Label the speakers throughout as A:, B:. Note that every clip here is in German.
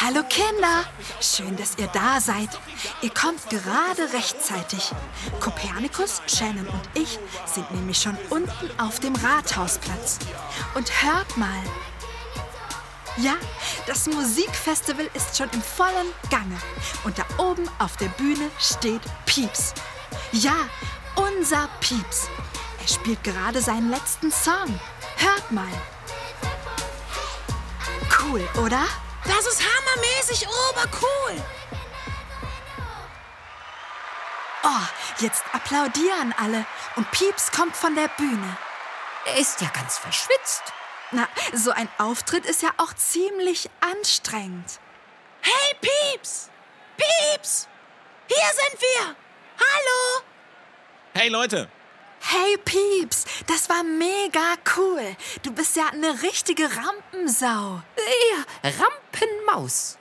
A: Hallo Kinder, schön, dass ihr da seid. Ihr kommt gerade rechtzeitig. Kopernikus, Shannon und ich sind nämlich schon unten auf dem Rathausplatz. Und hört mal. Ja, das Musikfestival ist schon im vollen Gange. Und da oben auf der Bühne steht Pieps. Ja, unser Pieps. Er spielt gerade seinen letzten Song. Hört mal. Cool, oder?
B: Das ist hammermäßig obercool.
A: Oh, jetzt applaudieren alle und Pieps kommt von der Bühne.
B: Er ist ja ganz verschwitzt.
A: Na, so ein Auftritt ist ja auch ziemlich anstrengend.
B: Hey, Pieps! Pieps! Hier sind wir! Hallo!
C: Hey Leute,
A: Hey Pieps, das war mega cool. Du bist ja eine richtige Rampensau.
B: Ja, Rampenmaus.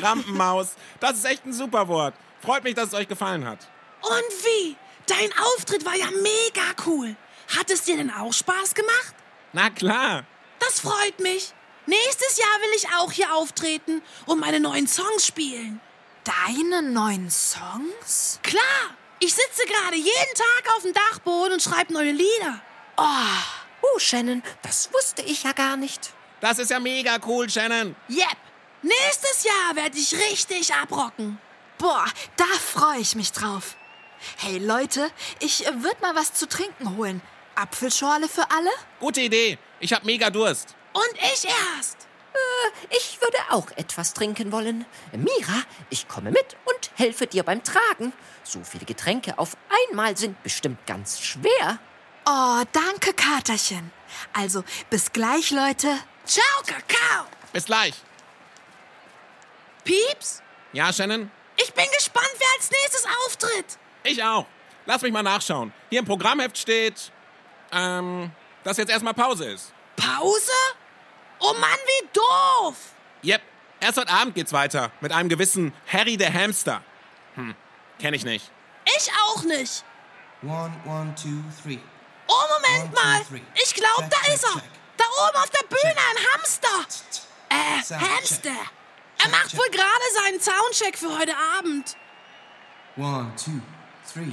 C: Rampenmaus, das ist echt ein super Wort. Freut mich, dass es euch gefallen hat.
D: Und wie? Dein Auftritt war ja mega cool. Hat es dir denn auch Spaß gemacht?
C: Na klar.
D: Das freut mich. Nächstes Jahr will ich auch hier auftreten und meine neuen Songs spielen.
A: Deine neuen Songs?
D: Klar, ich sitze gerade jeden Tag auf dem Dachboden und schreibe neue Lieder.
B: Oh, Shannon, das wusste ich ja gar nicht.
C: Das ist ja mega cool, Shannon.
D: Yep. Nächstes Jahr werde ich richtig abrocken.
A: Boah, da freue ich mich drauf. Hey Leute, ich äh, würd mal was zu trinken holen. Apfelschorle für alle?
C: Gute Idee. Ich hab mega Durst.
D: Und ich erst.
B: Äh, Ich würde auch etwas trinken wollen. Mira, ich komme mit und helfe dir beim Tragen. So viele Getränke auf einmal sind bestimmt ganz schwer.
A: Oh, danke, Katerchen. Also, bis gleich, Leute.
D: Ciao, Kakao.
C: Bis gleich.
D: Pieps,
C: Ja, Shannon?
D: ich bin gespannt, wer als nächstes auftritt.
C: Ich auch. Lass mich mal nachschauen. Hier im Programmheft steht, ähm, dass jetzt erstmal Pause ist.
D: Pause? Oh Mann, wie doof.
C: Yep. Erst heute Abend geht's weiter mit einem gewissen Harry der Hamster. Hm, kenn ich nicht.
D: Ich auch nicht.
E: One, one, two, three.
D: Oh, Moment
E: One, two,
D: mal.
E: three.
D: Ich glaube,
E: Check,
D: da
E: check,
D: ist er.
E: check.
D: Da oben auf der Bühne ein Hamster. Äh,
E: Sound
D: Hamster.
E: check.
D: Er macht
E: check.
D: wohl gerade seinen Soundcheck für heute Abend.
E: One, two, three.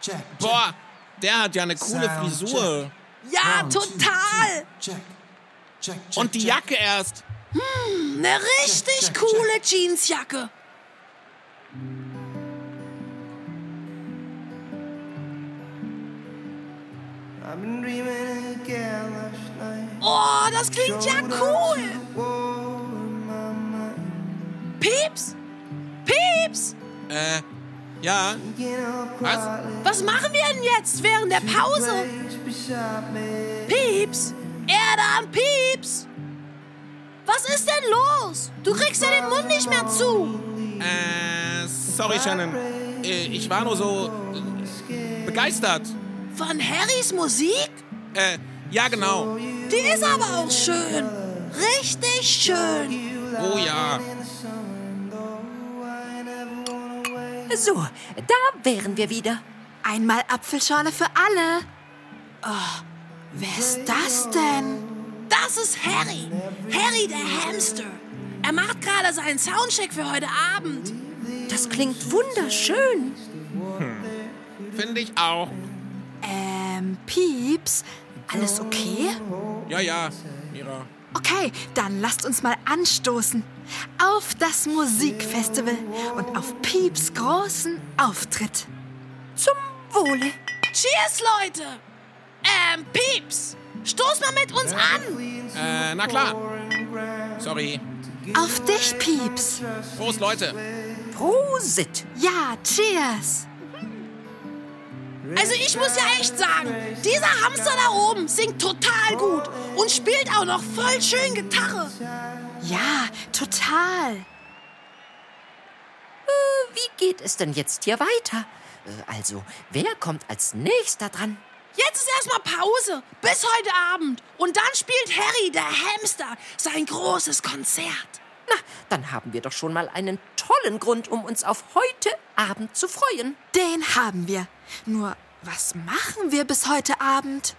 E: Check. check.
C: Boah, der hat ja eine coole
E: Sound
C: Frisur.
D: Ja,
E: One, two,
D: Ah, total.
E: three. Check. Check, check.
C: Und die
E: check.
C: Jacke erst.
D: Eine richtig
E: check,
D: coole Jeansjacke.
F: I've been dreaming again last night.
D: Oh, das klingt ja cool.
F: War in my mind.
D: Pieps? Pieps?
C: Äh, ja. Was?
D: Was machen wir denn jetzt während der Pause?
F: Place beside me.
D: Pieps? Erde an Pieps? Was ist denn los? Du kriegst ja den Mund nicht mehr zu.
C: Äh, sorry, Shannon. Äh, Ich war nur so äh, begeistert.
D: Von Harrys Musik?
C: Äh, ja, genau.
D: Die ist aber auch schön. Richtig schön.
C: Oh ja.
B: So, da wären wir wieder.
A: Einmal Apfelschorle für alle. Oh, wer ist das denn?
D: Das ist Harry. Harry der Hamster. Er macht gerade seinen Soundcheck für heute Abend.
B: Das klingt wunderschön.
C: Finde ich auch.
A: Ähm, Pieps, alles okay?
C: Ja, ja, Mira.
A: Okay, dann lasst uns mal anstoßen. Auf das Musikfestival und auf Pieps großen Auftritt.
B: Zum Wohle.
D: Cheers, Leute. Ähm, Pieps. Stoß mal mit uns an.
C: Äh, na klar. Sorry.
A: Auf dich, Pieps.
C: Prost, Leute.
B: Prosit.
A: Ja, cheers.
D: Also ich muss ja echt sagen, dieser Hamster da oben singt total gut und spielt auch noch voll schön Gitarre.
A: Ja, total.
B: Äh, geht es denn jetzt hier weiter? Äh, Also, wer kommt als nächster dran?
D: Jetzt ist erstmal Pause, bis heute Abend. Und dann spielt Harry, der Hamster, sein großes Konzert.
B: Na, dann haben wir doch schon mal einen tollen Grund, um uns auf heute Abend zu freuen.
A: Den haben wir. Nur, was machen wir bis heute Abend?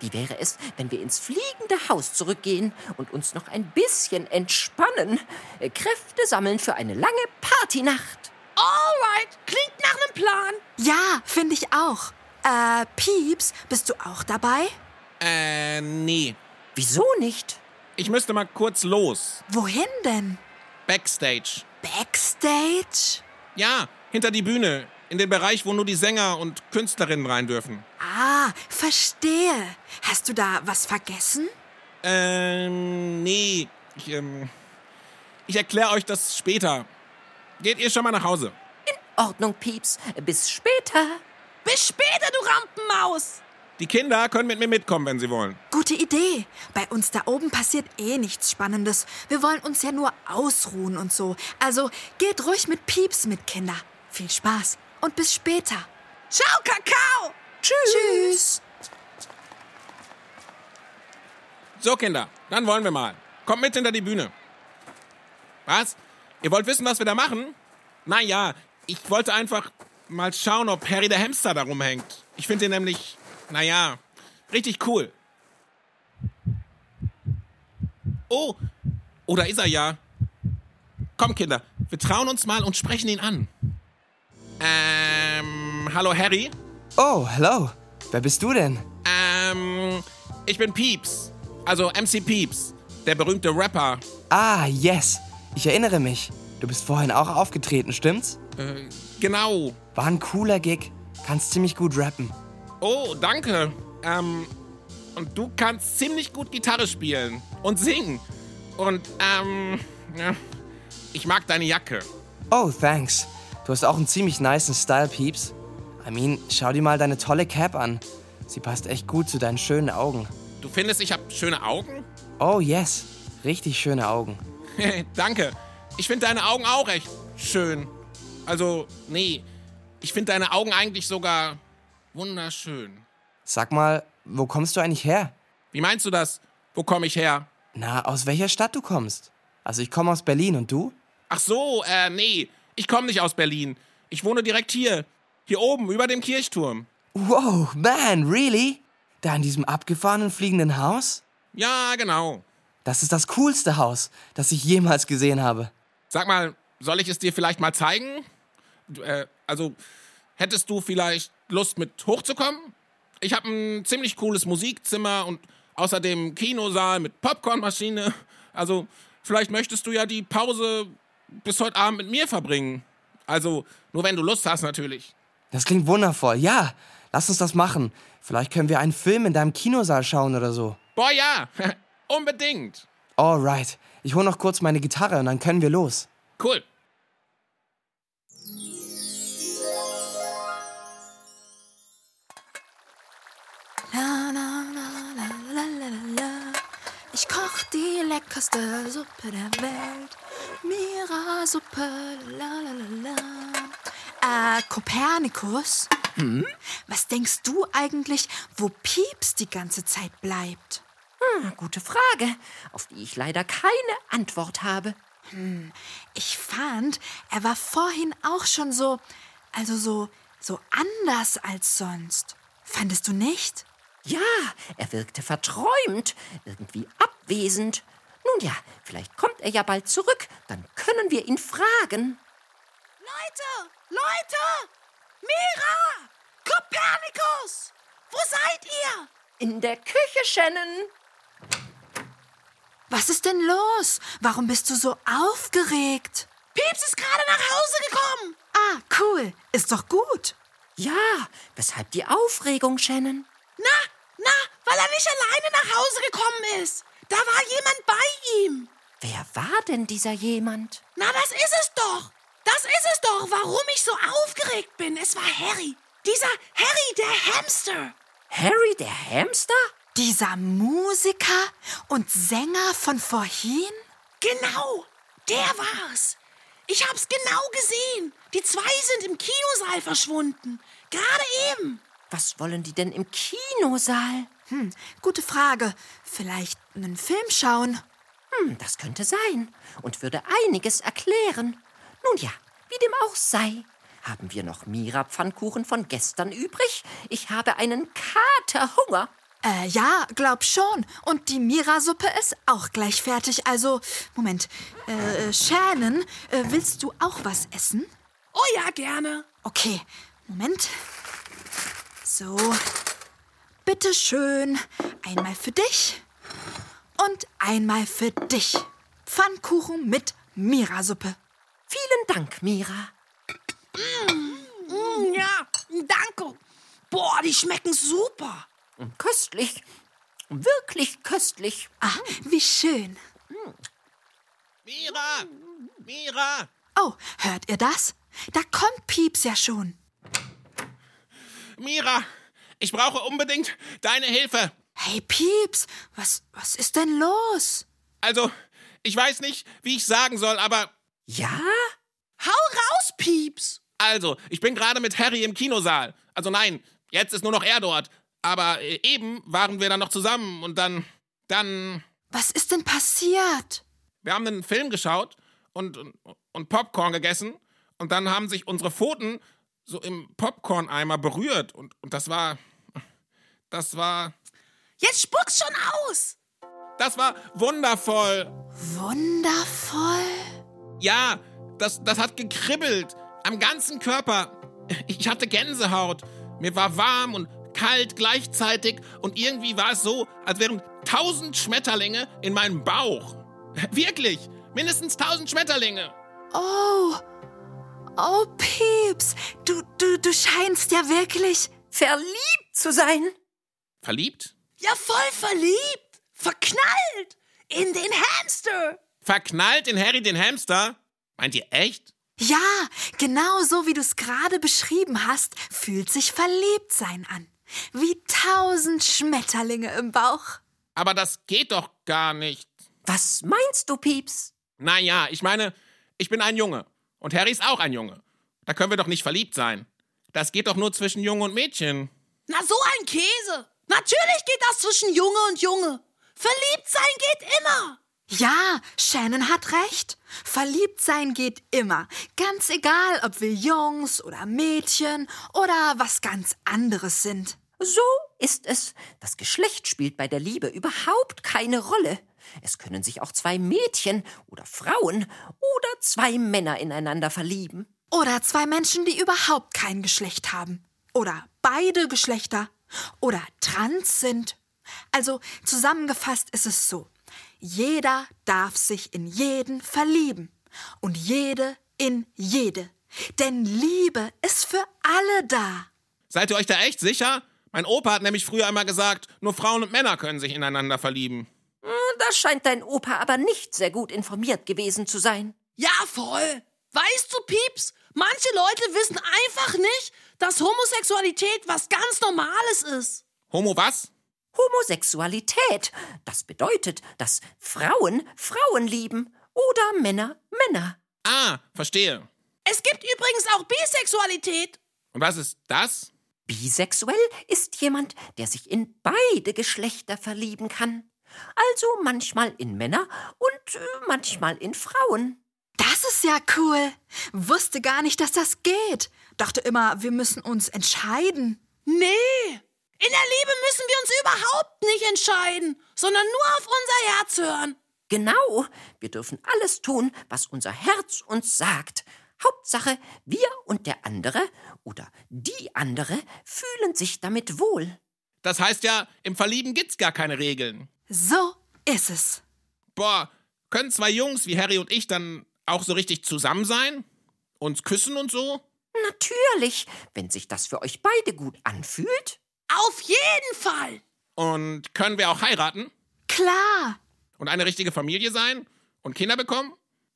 B: Wie wäre es, wenn wir ins fliegende Haus zurückgehen und uns noch ein bisschen entspannen, äh, Kräfte sammeln für eine lange Partynacht?
D: Alright, klingt nach einem Plan.
A: Ja, finde ich auch. Äh, Pieps, bist du auch dabei?
C: Äh, nee.
B: Wieso nicht?
C: Ich müsste mal kurz los.
A: Wohin denn?
C: Backstage.
A: Backstage?
C: Ja, hinter die Bühne. In den Bereich, wo nur die Sänger und Künstlerinnen rein dürfen.
A: Ah, verstehe. Hast du da was vergessen?
C: Ähm, nee. Ich, ähm, ich erkläre euch das später. Geht ihr schon mal nach Hause?
B: Ordnung, Pieps. Bis später.
D: Bis später, du Rampenmaus.
C: Die Kinder können mit mir mitkommen, wenn sie wollen.
A: Gute Idee. Bei uns da oben passiert eh nichts Spannendes. Wir wollen uns ja nur ausruhen und so. Also geht ruhig mit Pieps mit, Kinder. Viel Spaß und bis später.
D: Ciao, Kakao.
A: Tschüss.
C: So, Kinder, dann wollen wir mal. Kommt mit hinter die Bühne. Was? Ihr wollt wissen, was wir da machen? Naja, ich wollte einfach mal schauen, ob Harry der Hamster da rumhängt. Ich finde ihn nämlich, naja, richtig cool. Oh, oh, da ist er ja. Komm, Kinder, wir trauen uns mal und sprechen ihn an. Ähm, hallo Harry.
F: Oh, hello. Wer bist du denn?
C: Ähm, ich bin Pieps. Also MC Pieps, der berühmte Rapper.
F: Ah, yes. Ich erinnere mich. Du bist vorhin auch aufgetreten, stimmt's?
C: Genau.
F: War ein cooler Gig. Kannst ziemlich gut rappen.
C: Oh, danke. Ähm, und du kannst ziemlich gut Gitarre spielen und singen. Und, ähm, ja, ich mag deine Jacke.
F: Oh, thanks. Du hast auch einen ziemlich nicen Style, Peeps. I mean, schau dir mal deine tolle Cap an. Sie passt echt gut zu deinen schönen Augen.
C: Du findest, ich habe schöne Augen?
F: Oh, yes. Richtig schöne Augen.
C: danke. Ich finde deine Augen auch echt schön. Also, nee. Ich finde deine Augen eigentlich sogar wunderschön.
F: Sag mal, wo kommst du eigentlich her?
C: Wie meinst du das? Wo komme ich her?
F: Na, aus welcher Stadt du kommst? Also ich komme aus Berlin und du?
C: Ach so, äh, nee. Ich komme nicht aus Berlin. Ich wohne direkt hier. Hier oben, über dem Kirchturm.
F: Wow, man, really? Da in diesem abgefahrenen fliegenden Haus?
C: Ja, genau.
F: Das ist das coolste Haus, das ich jemals gesehen habe.
C: Sag mal, soll ich es dir vielleicht mal zeigen? Du, Äh, also, hättest du vielleicht Lust, mit hochzukommen? Ich habe ein ziemlich cooles Musikzimmer und außerdem Kinosaal mit Popcornmaschine. Also, vielleicht möchtest du ja die Pause bis heute Abend mit mir verbringen. Also, nur wenn du Lust hast, natürlich.
F: Das klingt wundervoll. Ja, lass uns das machen. Vielleicht können wir einen Film in deinem Kinosaal schauen oder so.
C: Boah, ja, unbedingt.
F: Alright, ich hole noch kurz meine Gitarre und dann können wir los.
C: Cool.
A: La, la, la, la, la, la, la, la. Ich koch die leckerste Suppe der Welt. Mira-Suppe, la la la la. Äh, Kopernikus? Was denkst du eigentlich, wo Pieps die ganze Zeit bleibt?
B: Gute Frage, auf die ich leider keine Antwort habe.
A: Ich fand, er war vorhin auch schon so, also so, so anders als sonst. Fandest du nicht?
B: Ja, er wirkte verträumt, irgendwie abwesend. Nun ja, vielleicht kommt er ja bald zurück, dann können wir ihn fragen.
D: Leute, Leute. Mira, Kopernikus, wo seid ihr?
B: In der Küche, Shannon.
A: Was ist denn los? Warum bist du so aufgeregt?
D: Pieps ist gerade nach Hause gekommen.
A: Ah, cool. Ist doch gut.
B: Ja, weshalb die Aufregung, Shannon?
D: Na, na, weil er nicht alleine nach Hause gekommen ist. Da war jemand bei ihm.
B: Wer war denn dieser jemand?
D: Na, das ist es doch. Das ist es doch, warum ich so aufgeregt bin. Es war Harry. Dieser Harry, der Hamster.
B: Harry der Hamster?
A: Dieser Musiker und Sänger von vorhin?
D: Genau, der war's. Ich hab's genau gesehen. Die zwei sind im Kinosaal verschwunden. Gerade eben.
B: Was wollen die denn im Kinosaal?
A: Hm, gute Frage. Vielleicht einen Film schauen?
B: Hm, das könnte sein und würde einiges erklären. Nun ja, wie dem auch sei. Haben wir noch Mira-Pfannkuchen von gestern übrig? Ich habe einen Katerhunger.
A: Äh, ja, glaub schon. Und die Mira-Suppe ist auch gleich fertig. Also, Moment. Äh, äh, Shannon, äh, willst du auch was essen?
D: Oh ja, gerne.
A: Okay, Moment. So. Bitte schön. Einmal für dich und einmal für dich. Pfannkuchen mit Mira-Suppe.
B: Vielen Dank, Mira.
D: Mm, ja, danke. Boah, die schmecken super.
B: Köstlich. Wirklich köstlich.
A: Ah, wie schön.
C: Mira! Mira!
A: Oh, hört ihr das? Da kommt Pieps ja schon.
C: Mira! Ich brauche unbedingt deine Hilfe.
A: Hey Pieps, was, was ist denn los?
C: Also, ich weiß nicht, wie ich sagen soll, aber
B: Ja?
D: Hau raus, Pieps.
C: also, ich bin gerade mit Harry im Kinosaal. Also nein, jetzt ist nur noch er dort. Aber äh, eben waren wir dann noch zusammen und dann, dann,
A: Was ist denn passiert?
C: wir haben einen Film geschaut und, und, und Popcorn gegessen und dann haben sich unsere Pfoten so im Popcorn-Eimer berührt und, und das war, das war,
D: Jetzt spuck's schon aus.
C: das war wundervoll.
A: Wundervoll.
C: Ja, das, das hat gekribbelt. Am ganzen Körper. Ich hatte Gänsehaut. Mir war warm und kalt gleichzeitig und irgendwie war es so, als wären tausend Schmetterlinge in meinem Bauch. Wirklich, mindestens tausend Schmetterlinge.
A: Oh, oh Pieps, du, du, du scheinst ja wirklich.
B: Verliebt zu sein?
C: Verliebt?
D: Ja, voll verliebt. Verknallt. In den Hamster.
C: Verknallt in Harry den Hamster? Meint ihr echt?
A: Ja, genau so wie du es gerade beschrieben hast, fühlt sich verliebt sein an. Wie tausend Schmetterlinge im Bauch.
C: Aber das geht doch gar nicht.
B: Was meinst du, Pieps?
C: Naja, ich meine, ich bin ein Junge. Und Harry ist auch ein Junge. Da können wir doch nicht verliebt sein. Das geht doch nur zwischen Junge und Mädchen.
D: Na, so ein Käse. Natürlich geht das zwischen Junge und Junge. Verliebt sein geht immer.
A: Ja, Shannon hat recht. Verliebt sein geht immer. Ganz egal, ob wir Jungs oder Mädchen oder was ganz anderes sind.
B: So ist es. Das Geschlecht spielt bei der Liebe überhaupt keine Rolle. Es können sich auch zwei Mädchen oder Frauen oder zwei Männer ineinander verlieben.
A: Oder zwei Menschen, die überhaupt kein Geschlecht haben. Oder beide Geschlechter. Oder trans sind. Also zusammengefasst ist es so. Jeder darf sich in jeden verlieben. Und jede in jede. Denn Liebe ist für alle da.
C: Seid ihr euch da echt sicher? Mein Opa hat nämlich früher einmal gesagt, nur Frauen und Männer können sich ineinander verlieben.
B: Da scheint dein Opa aber nicht sehr gut informiert gewesen zu sein.
D: Ja, voll. Weißt du, Pieps, manche Leute wissen einfach nicht, dass Homosexualität was ganz Normales ist.
C: Homo was?
B: Homosexualität. Das bedeutet, dass Frauen Frauen lieben oder Männer Männer.
C: Ah, verstehe.
D: Es gibt übrigens auch Bisexualität.
C: Und was ist das?
B: Bisexuell ist jemand, der sich in beide Geschlechter verlieben kann. Also manchmal in Männer und äh, manchmal in Frauen.
A: Das ist ja cool. Wusste gar nicht, dass das geht. Dachte immer, wir müssen uns entscheiden.
D: Nee. In der Liebe müssen wir uns überhaupt nicht entscheiden, sondern nur auf unser Herz hören.
B: Genau, wir dürfen alles tun, was unser Herz uns sagt. Hauptsache, wir und der andere oder die andere fühlen sich damit wohl.
C: Das heißt ja, im Verlieben gibt's gar keine Regeln.
A: So ist es.
C: Boah, können zwei Jungs wie Harry und ich dann auch so richtig zusammen sein? Uns küssen und so?
B: Natürlich, wenn sich das für euch beide gut anfühlt.
D: Auf jeden Fall.
C: Und können wir auch heiraten?
A: Klar.
C: Und eine richtige Familie sein? Und Kinder bekommen?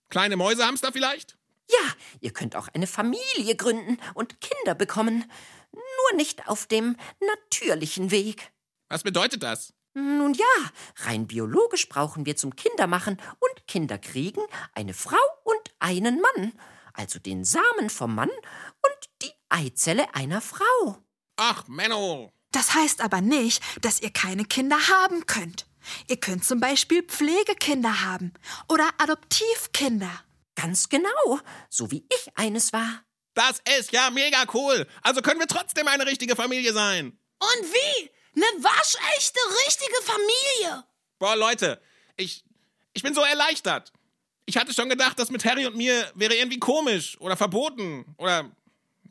C: Kleine Mäusehamster vielleicht?
B: Ja, ihr könnt auch eine Familie gründen und Kinder bekommen, nur nicht auf dem natürlichen Weg.
C: Was bedeutet das?
B: Nun ja, rein biologisch brauchen wir zum Kindermachen und Kinderkriegen eine Frau und einen Mann, also den Samen vom Mann und die Eizelle einer Frau.
C: Ach, Menno.
A: Das heißt aber nicht, dass ihr keine Kinder haben könnt. Ihr könnt zum Beispiel Pflegekinder haben oder Adoptivkinder.
B: Ganz genau, so wie ich eines war.
C: Das ist ja mega cool. Also können wir trotzdem eine richtige Familie sein.
D: Und wie? Eine waschechte, richtige Familie.
C: Boah, Leute, ich, ich bin so erleichtert. Ich hatte schon gedacht, das mit Harry und mir wäre irgendwie komisch oder verboten oder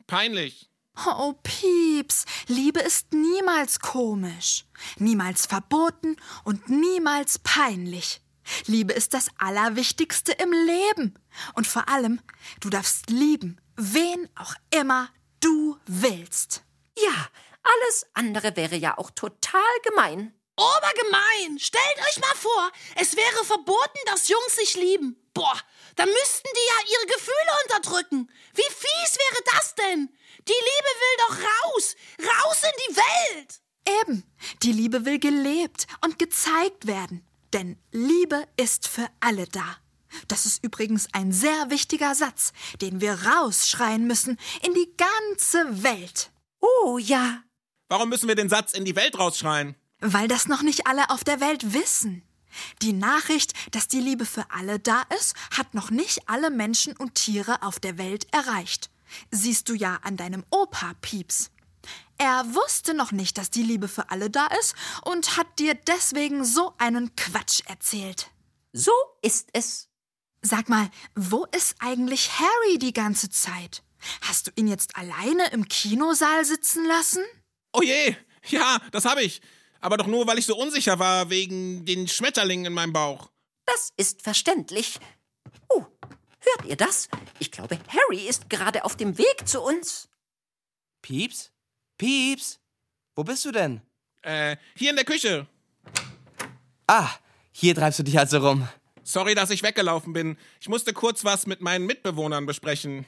C: peinlich.
A: Oh, Pieps, Liebe ist niemals komisch, niemals verboten und niemals peinlich. Liebe ist das Allerwichtigste im Leben. Und vor allem, du darfst lieben, wen auch immer du willst.
B: Ja, alles andere wäre ja auch total gemein.
D: Obergemein. Stellt euch mal vor, es wäre verboten, dass Jungs sich lieben. Boah, dann müssten die ja ihre Gefühle unterdrücken. Wie fies wäre das denn? Die Liebe will doch raus. Raus in die Welt.
A: Eben, die Liebe will gelebt und gezeigt werden. Denn Liebe ist für alle da. Das ist übrigens ein sehr wichtiger Satz, den wir rausschreien müssen in die ganze Welt.
B: Oh ja,
C: Warum müssen wir den Satz in die Welt rausschreien?
A: Weil das noch nicht alle auf der Welt wissen. Die Nachricht, dass die Liebe für alle da ist, hat noch nicht alle Menschen und Tiere auf der Welt erreicht. Siehst du ja an deinem Opa, Pieps. Er wusste noch nicht, dass die Liebe für alle da ist und hat dir deswegen so einen Quatsch erzählt.
B: so ist es.
A: Sag mal, wo ist eigentlich Harry die ganze Zeit? Hast du ihn jetzt alleine im Kinosaal sitzen lassen?
C: Oh je, ja, das habe ich. Aber doch nur, weil ich so unsicher war wegen den Schmetterlingen in meinem Bauch.
B: Das ist verständlich. Oh, hört ihr das? Ich glaube, Harry ist gerade auf dem Weg zu uns.
F: Pieps? Pieps? Wo bist du denn?
C: Äh, hier in der Küche.
F: Ah, hier treibst du dich also rum.
C: Sorry, dass ich weggelaufen bin. Ich musste kurz was mit meinen Mitbewohnern besprechen.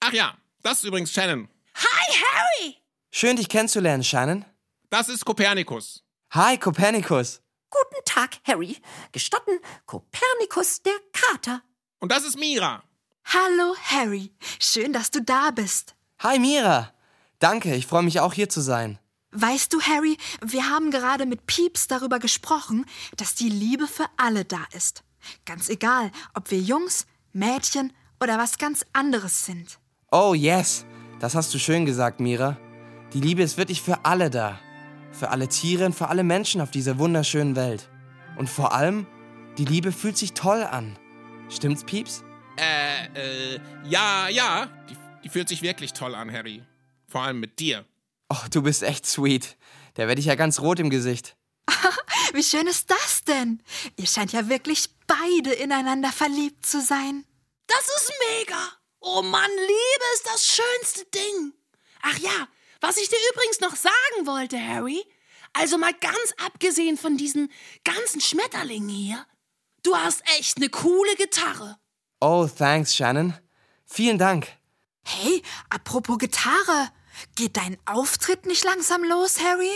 C: Ach ja, das ist übrigens Shannon.
D: Hi, Harry.
F: Schön, dich kennenzulernen, Shannon.
C: Das ist Kopernikus.
F: Hi, Kopernikus.
B: Guten Tag, Harry. Gestatten, Kopernikus der Kater.
C: Und das ist Mira.
A: Hallo, Harry. Schön, dass du da bist.
F: Hi, Mira. Danke, ich freue mich auch hier zu sein.
A: Weißt du, Harry, wir haben gerade mit Pieps darüber gesprochen, dass die Liebe für alle da ist. Ganz egal, ob wir Jungs, Mädchen oder was ganz anderes sind.
F: Oh, yes. Das hast du schön gesagt, Mira. Die Liebe ist wirklich für alle da. Für alle Tiere und für alle Menschen auf dieser wunderschönen Welt. Und vor allem, die Liebe fühlt sich toll an. Stimmt's, Pieps?
C: Äh, äh, ja, ja. Die, die fühlt sich wirklich toll an, Harry. Vor allem mit dir.
F: Oh, du bist echt sweet. Da werde ich ja ganz rot im Gesicht.
A: Wie schön ist das denn? Ihr scheint ja wirklich beide ineinander verliebt zu sein.
D: Das ist mega. Oh Mann, Liebe ist das schönste Ding. Ach ja, was ich dir übrigens noch sagen wollte, Harry. Also mal ganz abgesehen von diesen ganzen Schmetterlingen hier. Du hast echt eine coole Gitarre.
F: Oh, thanks, Shannon. Vielen Dank.
A: Hey, apropos Gitarre. Geht dein Auftritt nicht langsam los, Harry?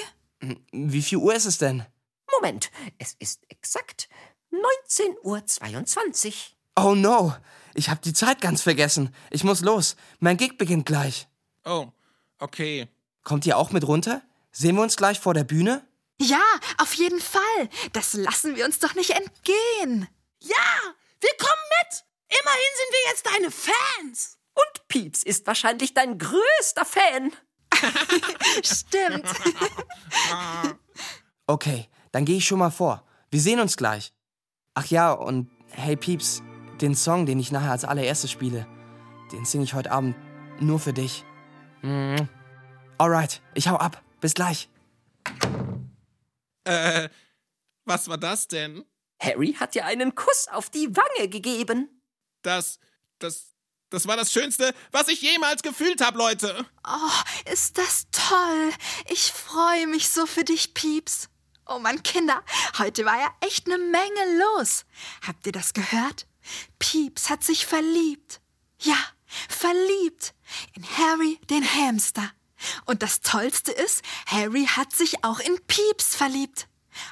F: Wie viel Uhr ist es denn?
B: Moment, es ist exakt 19.22 Uhr.
F: Oh no, ich habe die Zeit ganz vergessen. Ich muss los. Mein Gig beginnt gleich.
C: Oh, okay.
F: Kommt ihr auch mit runter? Sehen wir uns gleich vor der Bühne?
A: Ja, auf jeden Fall. Das lassen wir uns doch nicht entgehen.
D: Ja, Ah, wir kommen mit. Immerhin sind wir jetzt deine Fans.
B: Und Pieps ist wahrscheinlich dein größter Fan.
A: Stimmt.
F: Okay, dann gehe ich schon mal vor. Wir sehen uns gleich. Ach ja, und hey Pieps, den Song, den ich nachher als allererstes spiele, den singe ich heute Abend nur für dich. Mhm. Alright, ich hau ab. Bis gleich.
C: Äh, was war das denn?
B: Harry hat dir einen Kuss auf die Wange gegeben.
C: Das, das, das war das Schönste, was ich jemals gefühlt habe, Leute.
A: Oh, ist das toll. Ich freue mich so für dich, Pieps. Oh Mann, Kinder, heute war ja echt eine Menge los. Habt ihr das gehört? Pieps hat sich verliebt. Ja, verliebt in Harry den Hamster. Und das Tollste ist, Harry hat sich auch in Pieps verliebt.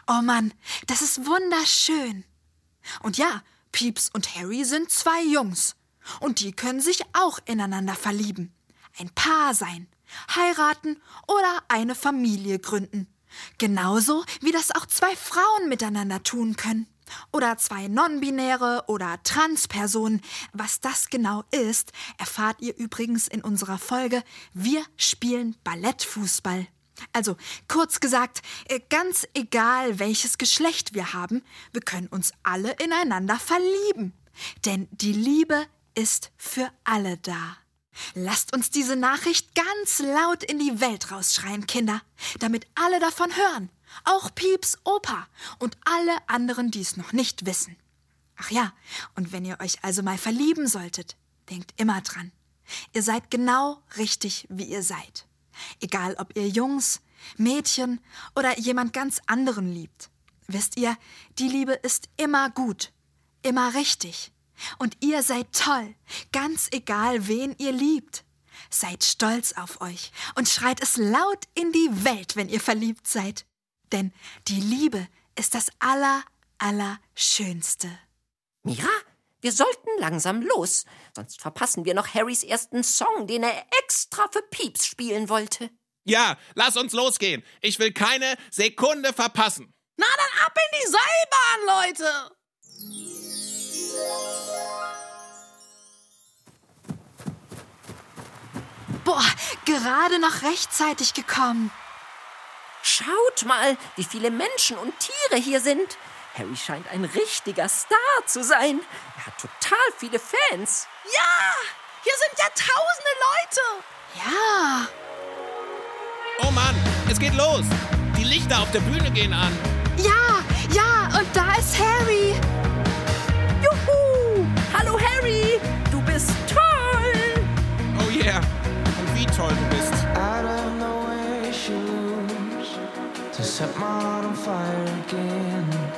A: Oh Mann, das ist wunderschön. Und ja, Pieps und Harry sind zwei Jungs. Und die können sich auch ineinander verlieben, ein Paar sein, heiraten oder eine Familie gründen. Genauso wie das auch zwei Frauen miteinander tun können. Oder zwei Nonbinäre oder Transpersonen. Was das genau ist, erfahrt ihr übrigens in unserer Folge Wir spielen Ballettfußball. Also, kurz gesagt, äh, ganz egal welches Geschlecht wir haben, wir können uns alle ineinander verlieben. Denn die Liebe ist für alle da. Lasst uns diese Nachricht ganz laut in die Welt rausschreien, Kinder, damit alle davon hören. Auch Pieps Opa und alle anderen, die es noch nicht wissen. Ach ja, und wenn ihr euch also mal verlieben solltet, denkt immer dran. Ihr seid genau richtig, wie ihr seid. Egal, ob ihr Jungs, Mädchen oder jemand ganz anderen liebt. Wisst ihr, die Liebe ist immer gut, immer richtig. Und ihr seid toll, ganz egal, wen ihr liebt. Seid stolz auf euch und schreit es laut in die Welt, wenn ihr verliebt seid. Denn die Liebe ist das Aller, Allerschönste.
B: Mira, wir sollten langsam los, sonst verpassen wir noch Harrys ersten Song, den er extra für Pieps spielen wollte.
C: Ja, lass uns losgehen. Ich will keine Sekunde verpassen.
D: Na dann ab in die Seilbahn, Leute!
A: Boah, gerade noch rechtzeitig gekommen.
B: Schaut mal, wie viele Menschen und Tiere hier sind. Harry scheint ein richtiger Star zu sein. Er hat total viele Fans.
D: Ja! Hier sind ja tausende Leute!
A: Ja,
C: Oh Mann, es geht los. Die Lichter auf der Bühne gehen an.
A: ja, ja, und da ist Harry.
B: Juhu! Hallo Harry, du bist toll!
C: Oh yeah. Und wie toll du bist.
E: Out of nowhere shoes to set my heart on fire again.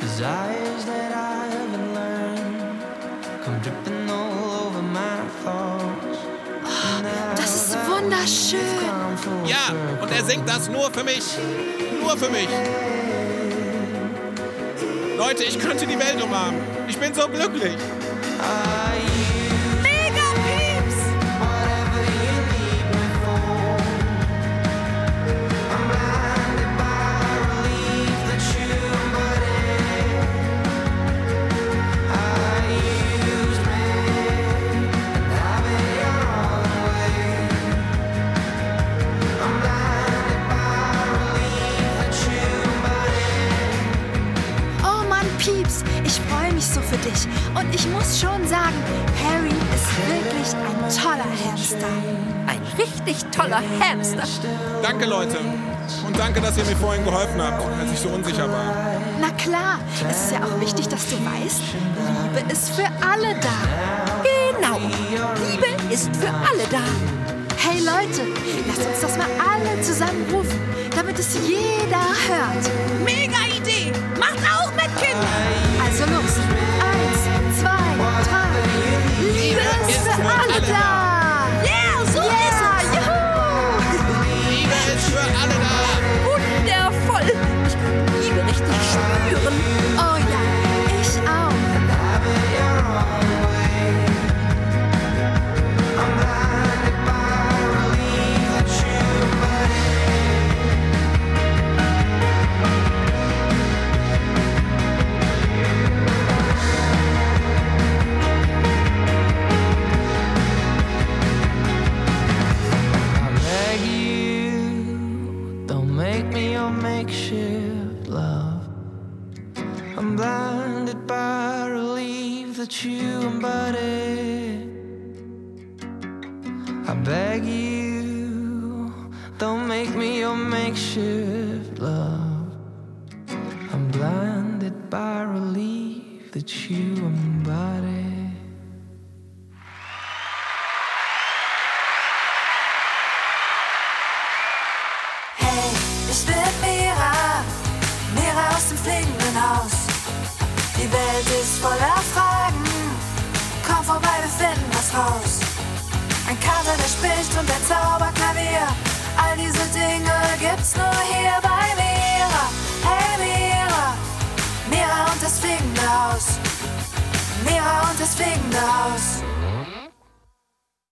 E: Desires that I haven't learned come dripping all over my thoughts.
A: Das ist wunderschön.
E: I'm full
C: Ja, und er singt das nur für mich. Nur für mich. Leute, ich könnte die Welt umarmen. Ich bin so glücklich.
A: Oh Mann, Pieps, ich freue mich so für dich. Und ich muss schon sagen, Harry ist wirklich ein toller Hamster.
B: Ein richtig toller Hamster.
C: Danke, Leute. Und danke, dass ihr mir vorhin geholfen habt, als ich so unsicher war.
A: Na klar, es ist ja auch wichtig, dass du weißt, Liebe ist für alle da.
B: Genau. Liebe ist für alle da.
A: Hey Leute, lasst uns das mal alle zusammen rufen, damit es jeder hört.
D: Mega Idee! Macht auch mit, Kinder!
A: Also los. Eins, zwei, drei. Liebe ist für alle da.
D: Yeah, so
A: Ja,
D: ist es!
A: juhu.
C: Liebe ist für alle da.
B: Wundervoll. Ich kann Liebe richtig spüren.
A: Oh ja, ich auch.
E: I beg you, don't make me your makeshift love. I'm blinded by relief that you embody. I beg you, don't make me your makeshift love. I'm blinded by relief that you embody.
G: Hey, ich bin Mira, Mira aus dem fliegenden Haus. Die Welt ist voller Fragen, komm vorbei, wir finden was raus. Ein Kater, der spricht und ein Zauberklavier, all diese Dinge gibt's nur hier bei Mira. Hey Mira, Mira und das fliegende Haus. Mira und das fliegende Haus.